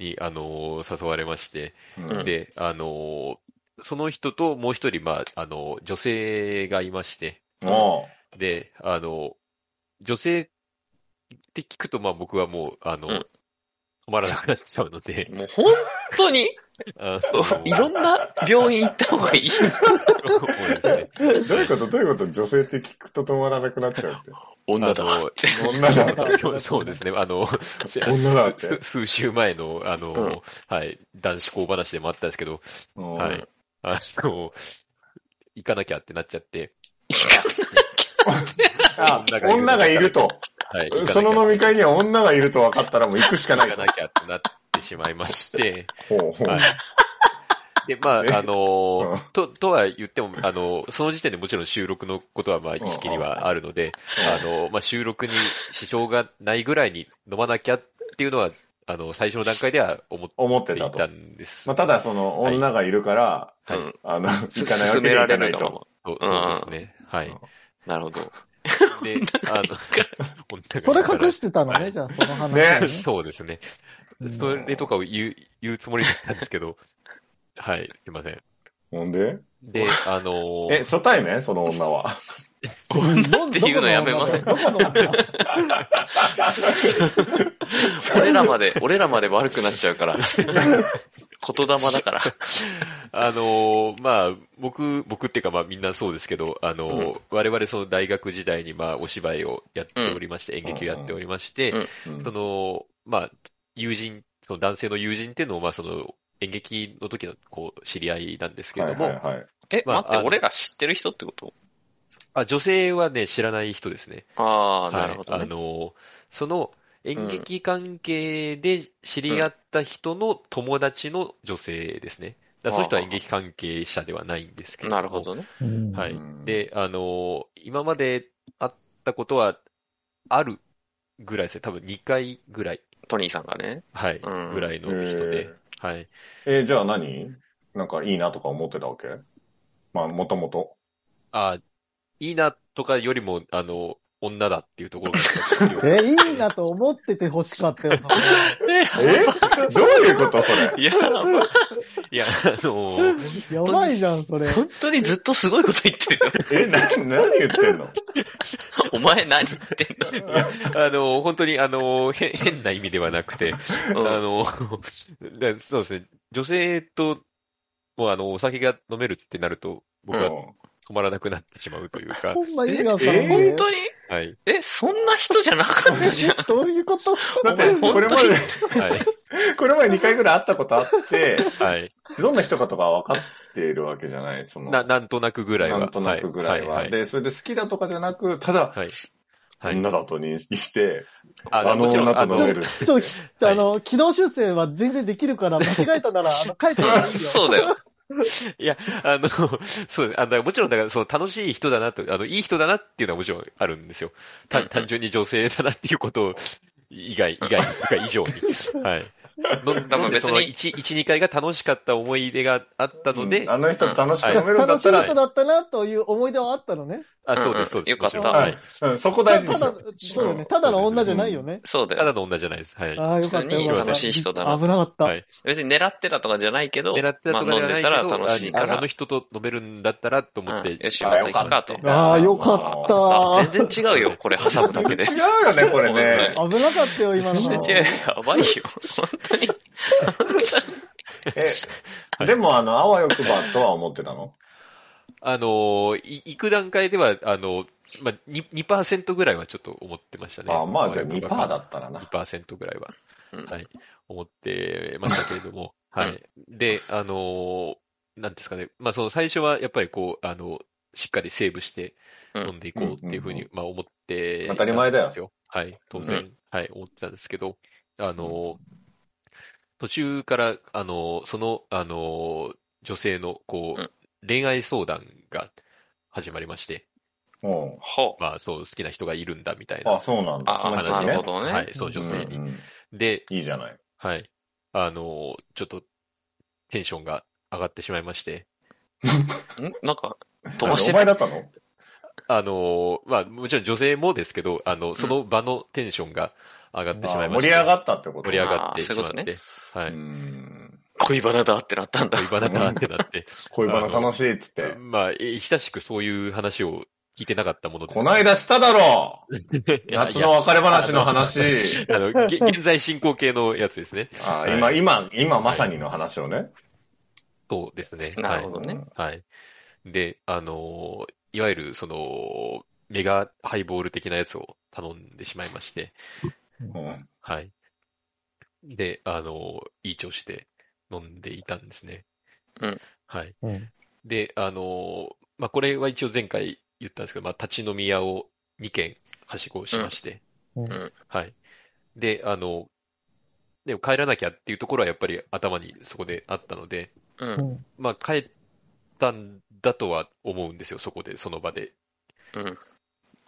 Speaker 4: に、あのー、誘われまして。
Speaker 3: うん
Speaker 4: で、あのー、その人ともう一人、まあ、あの、女性がいまして。
Speaker 3: あ
Speaker 4: で、あの、女性って聞くと、まあ僕はもう、あの、
Speaker 2: うん
Speaker 4: 止まらなくなっちゃう
Speaker 3: [LAUGHS]
Speaker 4: ので、
Speaker 2: もう本当に、
Speaker 4: あの
Speaker 2: いろんな病院行った方がいい。
Speaker 4: そうですね
Speaker 3: あどういうことどういうこと女性って聞くと止まらなくなっちゃうって。
Speaker 2: 女だ
Speaker 4: あ。の
Speaker 3: 女だって。
Speaker 4: [LAUGHS] そうですね、あの、
Speaker 3: 女だって。
Speaker 4: 数数週前の、あの、
Speaker 2: うん
Speaker 4: はい、男子校話でもあったんですけど、
Speaker 3: うん
Speaker 4: はい、あの、行かなきゃってなっちゃって、
Speaker 3: あ女がいると。
Speaker 4: はい、
Speaker 3: その飲み会
Speaker 4: に
Speaker 3: には女がいると分かったらもう行くしかな
Speaker 4: 行
Speaker 3: い
Speaker 4: か
Speaker 3: と
Speaker 4: な。きゃってなってしまいまして、
Speaker 3: ほうほう。
Speaker 4: はい。で、まあ、あ
Speaker 3: ね
Speaker 4: のー
Speaker 3: うん
Speaker 4: と、とは言っても、あのーその時点でもちろん収録のことは、まあ、意識にはあるので、あのーまあ、収録に支障がないぐらいに飲まなきゃっていうのは、あのー最初の段階では思っ
Speaker 3: 思ってて
Speaker 4: い
Speaker 3: た
Speaker 4: た
Speaker 3: と。
Speaker 4: んです。
Speaker 3: まあ、ただその
Speaker 4: はい
Speaker 3: 女がいるから、
Speaker 4: はい
Speaker 2: うん
Speaker 3: あの、行かないわけ
Speaker 2: 勧
Speaker 3: に
Speaker 2: めら
Speaker 3: はいか
Speaker 2: れ
Speaker 3: な
Speaker 2: る
Speaker 3: い
Speaker 2: がま
Speaker 3: と。
Speaker 4: そうそうですね。はい。
Speaker 2: ま。なるほど。
Speaker 4: で、あの、本当に
Speaker 1: それ隠してたの
Speaker 4: は
Speaker 1: ね、
Speaker 4: い
Speaker 1: じゃあ、その話
Speaker 3: ね
Speaker 1: ね。
Speaker 4: [LAUGHS] そうですね
Speaker 1: うん。
Speaker 4: それとかを言う、言うつもりだったんですけど、はい、すいません。
Speaker 3: ほんで
Speaker 4: で、あのー
Speaker 3: え、初対面その女
Speaker 4: [LAUGHS]
Speaker 3: は。
Speaker 2: 女っていうのやめません。
Speaker 1: どこの
Speaker 2: [LAUGHS]
Speaker 1: 女だよ
Speaker 2: 俺らまで、俺らまで悪くなっちゃうから。言霊だから。
Speaker 4: あのーまあ、僕、僕っていうか、まあみんなそうですけど、あのー我々その大学時代に、まあお芝居をやっておりまして、演劇をやっておりまして、
Speaker 2: うん
Speaker 3: うん
Speaker 4: その、まあ、友人、その男性の友人っていうのを、まあその演劇の時の、こう、知り合いなんですけれども、
Speaker 3: はいはいはい
Speaker 2: え、
Speaker 4: まあ
Speaker 2: 待って、
Speaker 4: あの
Speaker 2: 俺ら知ってる人ってこと
Speaker 4: あ、女性はね、知らない人ですね。
Speaker 2: ああ、
Speaker 4: はい
Speaker 2: なるほど
Speaker 4: あ
Speaker 2: ね。
Speaker 4: のーその、演劇関係で知り合った人の友達の女性ですね。だからその人は演劇関係者ではないんですけれども。
Speaker 2: なるほどね。
Speaker 1: うん
Speaker 4: はい
Speaker 3: うん。
Speaker 4: で、あのー今まで会ったことはあるぐらいですね。多分2回ぐらい。
Speaker 2: トニーさんがね。
Speaker 4: はい。
Speaker 2: うん
Speaker 4: ぐらいの人で。はい。
Speaker 3: えーじゃあ何なんかいいなとか思ってたわけまあ、もとも
Speaker 4: [LAUGHS]
Speaker 3: と。
Speaker 4: あいいなとかよりも、あの、女だっていうところが
Speaker 1: え、いいなと思ってて欲しかったよ。
Speaker 3: えどういうことそれ。
Speaker 2: いや、
Speaker 4: いや、あの
Speaker 1: [LAUGHS]
Speaker 4: ー
Speaker 1: やばいじゃん、それ。
Speaker 2: 本当にずっとすごいこと言ってるよ。
Speaker 3: え、な、何言ってんの
Speaker 2: お前何言ってん
Speaker 4: [LAUGHS] あのー本当に、あのーへ変な意味ではなくて、あ
Speaker 2: の、
Speaker 4: の [LAUGHS] ーでそうですね。女性と、もうあの、お酒が飲めるってなると、僕は止まらなくなってしまうというか、
Speaker 1: ほんま意味わかん
Speaker 3: え
Speaker 1: ない。
Speaker 2: 本当に
Speaker 4: はい。
Speaker 2: え、そんな人じゃなかったじゃん。
Speaker 1: どういうこと
Speaker 3: だっ
Speaker 2: お
Speaker 3: て、
Speaker 2: 前
Speaker 3: これま
Speaker 2: 本当に
Speaker 3: で、
Speaker 4: はい。
Speaker 3: これ前2回ぐらい会ったことあって、
Speaker 4: はい。
Speaker 3: [LAUGHS] どんな人かとかは分かっているわけじゃないその、
Speaker 4: な、なんとなくぐらいは。
Speaker 3: なんとなくぐらいは。
Speaker 4: いい
Speaker 3: で、それで好きだとかじゃなく、ただ、
Speaker 4: はい。はい。
Speaker 3: 女だと認識して、
Speaker 4: あ
Speaker 3: あの
Speaker 4: もちろん
Speaker 3: 女
Speaker 4: あ
Speaker 3: と飲める。
Speaker 1: ちょっと、あの、軌道修正は全然できるから、間違えたなら、あの、書いてもいいよ。
Speaker 2: [LAUGHS] そうだよ。
Speaker 4: いや、あの、そうですあの、もちろん、だから、そう、楽しい人だなと、あの、いい人だなっていうのはもちろんあるんですよ。
Speaker 2: うんう
Speaker 4: 単
Speaker 2: ん
Speaker 4: 単純に女性だなっていうことを、以外、以外、以外以上に。はい。のなんでその1、1、2回が楽しかった思い出があったので、
Speaker 3: あの人と楽しく
Speaker 4: うん
Speaker 3: 飲めるんだ
Speaker 1: 楽
Speaker 3: っ
Speaker 1: しい
Speaker 3: た
Speaker 1: 人
Speaker 3: ら、
Speaker 1: だったなという思い出はあったのね。
Speaker 4: あ、そうです、そうです。
Speaker 2: よかった
Speaker 4: もちろんはい。
Speaker 3: うんそこ
Speaker 1: ただ、
Speaker 3: 大事
Speaker 1: た
Speaker 3: です
Speaker 1: だ
Speaker 3: よ。
Speaker 1: そうだね。ただの女じゃないよね。
Speaker 2: そうだ
Speaker 4: ただ
Speaker 2: よ。
Speaker 4: の女じゃないです。はい。
Speaker 1: ああ、よかったよかった。
Speaker 4: 普通に楽
Speaker 2: しい人だな
Speaker 1: 危なかった。
Speaker 4: はい
Speaker 2: 別に狙ってたとかじゃないけど、
Speaker 4: 狙ってたとかじゃないけど、
Speaker 2: まあ飲んでたら楽しいか
Speaker 4: ああ
Speaker 2: ら
Speaker 4: の。人と飲めるんだったらと思っ
Speaker 2: う
Speaker 4: て
Speaker 2: ん、よし、
Speaker 3: あ
Speaker 2: また行くかと。
Speaker 4: よ
Speaker 1: ああ、よかっ
Speaker 2: 全然違うよ、これ挟むだけで。
Speaker 3: [LAUGHS] 違うよね、これね。
Speaker 1: た。危なかったよ、今の
Speaker 2: 全
Speaker 1: 話。
Speaker 2: 然違うよ、やばいよ。本当に。
Speaker 4: は
Speaker 3: え、
Speaker 4: い
Speaker 3: でも、あの、あわよくばとは思ってたの
Speaker 4: あのー、い行く段階では、あの、まあ、2%, 2ぐらいはちょっと思ってましたね。
Speaker 3: あまあ、じゃあ2%だ
Speaker 4: っ
Speaker 3: ったらな。
Speaker 4: 2%ぐらいは、
Speaker 2: うん
Speaker 4: はい、思ってましたけれ
Speaker 3: [LAUGHS]
Speaker 4: ども、はい。で、あのー、なんですかね、まあ、その最初はやっぱりこう、あの、しっかりセーブして
Speaker 2: うん
Speaker 4: 飲んでいこうっていうふう
Speaker 3: うんうん
Speaker 4: に、まあ、思って。
Speaker 3: 当たり前だよ
Speaker 4: よ。はい、当
Speaker 2: う
Speaker 4: 然、はい、思ってたんですけど、あの、途中から、あの、その、あの、女性の、こ
Speaker 2: うん
Speaker 4: う、恋愛相談が始まりまして、
Speaker 3: うん。
Speaker 2: ほう。
Speaker 4: まあ、そう、好きな人がいるんだ、みたい
Speaker 3: あ、
Speaker 4: な
Speaker 3: そうなんだ。そ
Speaker 2: あ
Speaker 3: の
Speaker 2: あ、
Speaker 3: 人
Speaker 2: な
Speaker 3: に
Speaker 2: る
Speaker 3: ね
Speaker 2: ほ。どね。
Speaker 4: はい、そう、女性
Speaker 3: う
Speaker 4: に。
Speaker 3: んうん
Speaker 4: で、
Speaker 3: いいじゃない。
Speaker 4: はい、あの、ちょっと、テンションが上がってしまいまして、
Speaker 2: んなんか、飛ば
Speaker 3: あれ
Speaker 2: して
Speaker 3: お前
Speaker 2: た。
Speaker 3: だったの
Speaker 4: あの、まあ、もちろん女性もですけど、あの、その場のテンションが上がってしまい
Speaker 3: あ
Speaker 4: まして、
Speaker 3: 盛り上がったってこと
Speaker 4: 盛り上がっ
Speaker 2: あーそ
Speaker 4: てし
Speaker 2: ういう
Speaker 4: まっ
Speaker 2: ことね
Speaker 4: て、は
Speaker 3: う
Speaker 4: い。
Speaker 3: ん。
Speaker 2: 恋バナだってなったんだ。
Speaker 4: 恋バナだってなって、
Speaker 3: 恋バナ楽しいっつって。
Speaker 4: まあ、え親しくそういう話を聞いてなかったもので。
Speaker 3: こないだしただろう
Speaker 4: [LAUGHS] いや
Speaker 3: 夏の別れ話の話。
Speaker 4: いやあの、げ現在進行形のやつですね。
Speaker 3: あ
Speaker 4: はい
Speaker 3: 今、今、今まさにの話をね。
Speaker 4: そうですね。
Speaker 2: なるほど
Speaker 3: う
Speaker 2: ね
Speaker 3: ん。
Speaker 4: はい。はい。で、あのーいわゆる、その、メガハイボール的なやつを頼んでしまいまして、
Speaker 3: うん
Speaker 4: はい。で、あのーいい調子で飲んでいたんですね。
Speaker 2: うん。
Speaker 4: はい。
Speaker 1: うん
Speaker 4: で、あの、まあ、これは一応前回言ったんですけど、まあ、立ち飲み屋を2軒はしごをしまして、
Speaker 1: うん
Speaker 2: うん
Speaker 4: はい。で、あの、でも帰らなきゃっていうところはやっぱり頭にそこであったので、
Speaker 2: うん。
Speaker 4: まあ、帰ったんだとは思うんですよ、そこで、その場で。
Speaker 2: うん。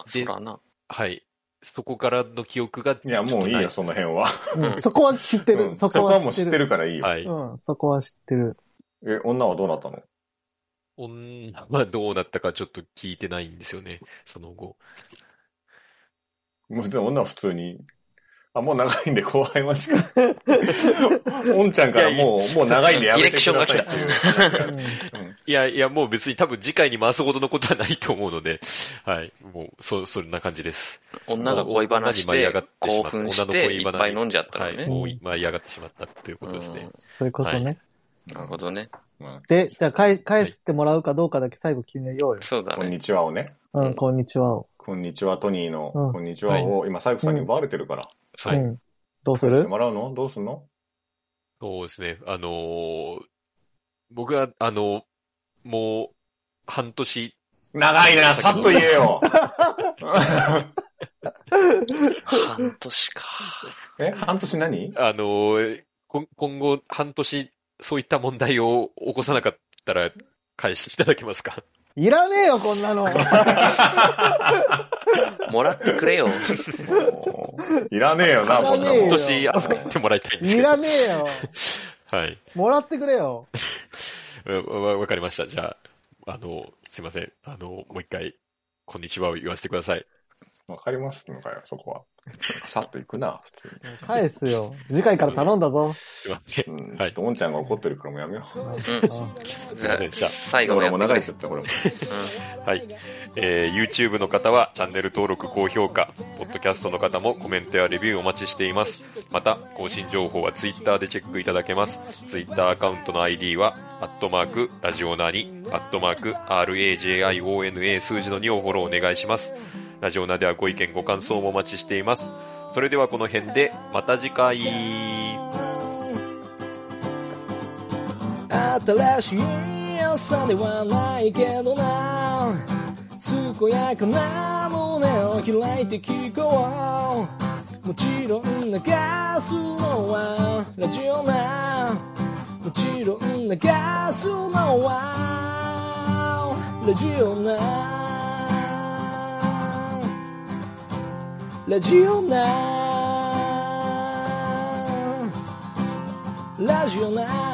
Speaker 2: そらな。
Speaker 4: はい。そこからの記憶が、
Speaker 3: いや、もういいよ、
Speaker 4: ちょ
Speaker 3: その辺は。
Speaker 1: うんそこは知って
Speaker 3: うん
Speaker 1: る。そ
Speaker 3: そ
Speaker 1: こ
Speaker 3: こはも
Speaker 1: は
Speaker 3: う
Speaker 1: 知
Speaker 3: 知
Speaker 1: っ
Speaker 3: ってて
Speaker 1: る。
Speaker 3: るからいい
Speaker 4: っ
Speaker 3: よ。
Speaker 4: とない。はい。
Speaker 1: うん、そこは知ってる。
Speaker 3: え、女はどうなったの
Speaker 4: 女はどうなったかちょっと聞いてないんですよ
Speaker 2: [LAUGHS]
Speaker 4: ね、その後。
Speaker 3: もう女は普通に。あ、もう長いんで後輩
Speaker 1: [LAUGHS]
Speaker 3: は近い。おんちゃんからもう、もう長いんでやめてくださいっていう話がある。
Speaker 4: いや、いや、もう別に多分次回に回すほどのことはないと思うので、 [LAUGHS] はい。もう、そ、そんな感じです。
Speaker 2: 女が恋バナし
Speaker 4: 女に舞い上
Speaker 2: て
Speaker 4: がってし、まった
Speaker 2: 興奮して、いっぱい飲んじゃった
Speaker 4: は
Speaker 2: ら
Speaker 4: い。
Speaker 2: ね。
Speaker 4: もう、舞い上がってしまったということですね。
Speaker 1: そういうこと
Speaker 4: は
Speaker 1: ね。
Speaker 2: なるほどね。
Speaker 3: ま
Speaker 1: で、じゃあ、かえ返してもらうかどうかだけ最後決めようよ。
Speaker 2: そう
Speaker 3: あ
Speaker 2: だ
Speaker 3: こん
Speaker 2: ね。
Speaker 3: にちはをね。
Speaker 1: うん、こんにちはを。
Speaker 3: こんにちは、トニーの、
Speaker 1: うん
Speaker 3: こんにちはを、今、サイコさんに奪われてるから。
Speaker 4: は
Speaker 1: う
Speaker 4: い。
Speaker 1: ん。どうす
Speaker 3: 返して
Speaker 1: る
Speaker 3: もらうのどうすんの
Speaker 4: そうですね。あのー僕は、あのーもう、半年、
Speaker 3: 長いな、さっと言えよ。
Speaker 2: 半年か。
Speaker 3: [LAUGHS] え、半年何
Speaker 4: あのーこ今後、半年、そういった問題を起こさなかったら、返していただけますか
Speaker 1: いらねえよ、こんなの。
Speaker 2: もらってくれよ。
Speaker 3: いらねえよな、こんなも
Speaker 1: いらね
Speaker 4: 半
Speaker 3: ん。
Speaker 4: 年預かってもらいたいんです
Speaker 1: い
Speaker 4: けど。
Speaker 1: らねえよ。
Speaker 4: はい。
Speaker 1: もらってくれよ。
Speaker 4: わ、わわかりました。じゃあ、あの、すいません。あの、もう一回、こんにちはを言わせてください。
Speaker 3: わかりますのかよ、そこは。さっと行くな、普通
Speaker 1: 返すよ。次回から頼んだぞ。
Speaker 4: すいません。
Speaker 3: に。うん、ち
Speaker 4: は
Speaker 3: ょ
Speaker 4: い
Speaker 3: っと、おんちゃんが怒ってるからもうやめよう。
Speaker 2: うん。じゃ
Speaker 4: でした
Speaker 2: あ、最後の
Speaker 3: 俺
Speaker 2: や
Speaker 3: も
Speaker 2: っ
Speaker 3: う
Speaker 2: て
Speaker 3: 長
Speaker 2: く
Speaker 3: い
Speaker 2: れ
Speaker 3: しちゃった、これも。
Speaker 4: はい。えー YouTube の方はチャンネル登録、高評価、Podcast の方もコメントやレビューお待ちしています。また、更新情報は Twitter でチェックいただけます。Twitter アカウントの ID は、アットマーク、ラジオナーに、アットマーク、RAJIONA 数字の2をフォローお願いします。ラジオナではご意見、ご感想もお待ちしています。それではこの辺で、また次回。
Speaker 7: 新しい朝ではないけどな健やかな胸を開いて聞こうもちろん流すのはラジオなもちろん流すのはラジオなラジオなラジオな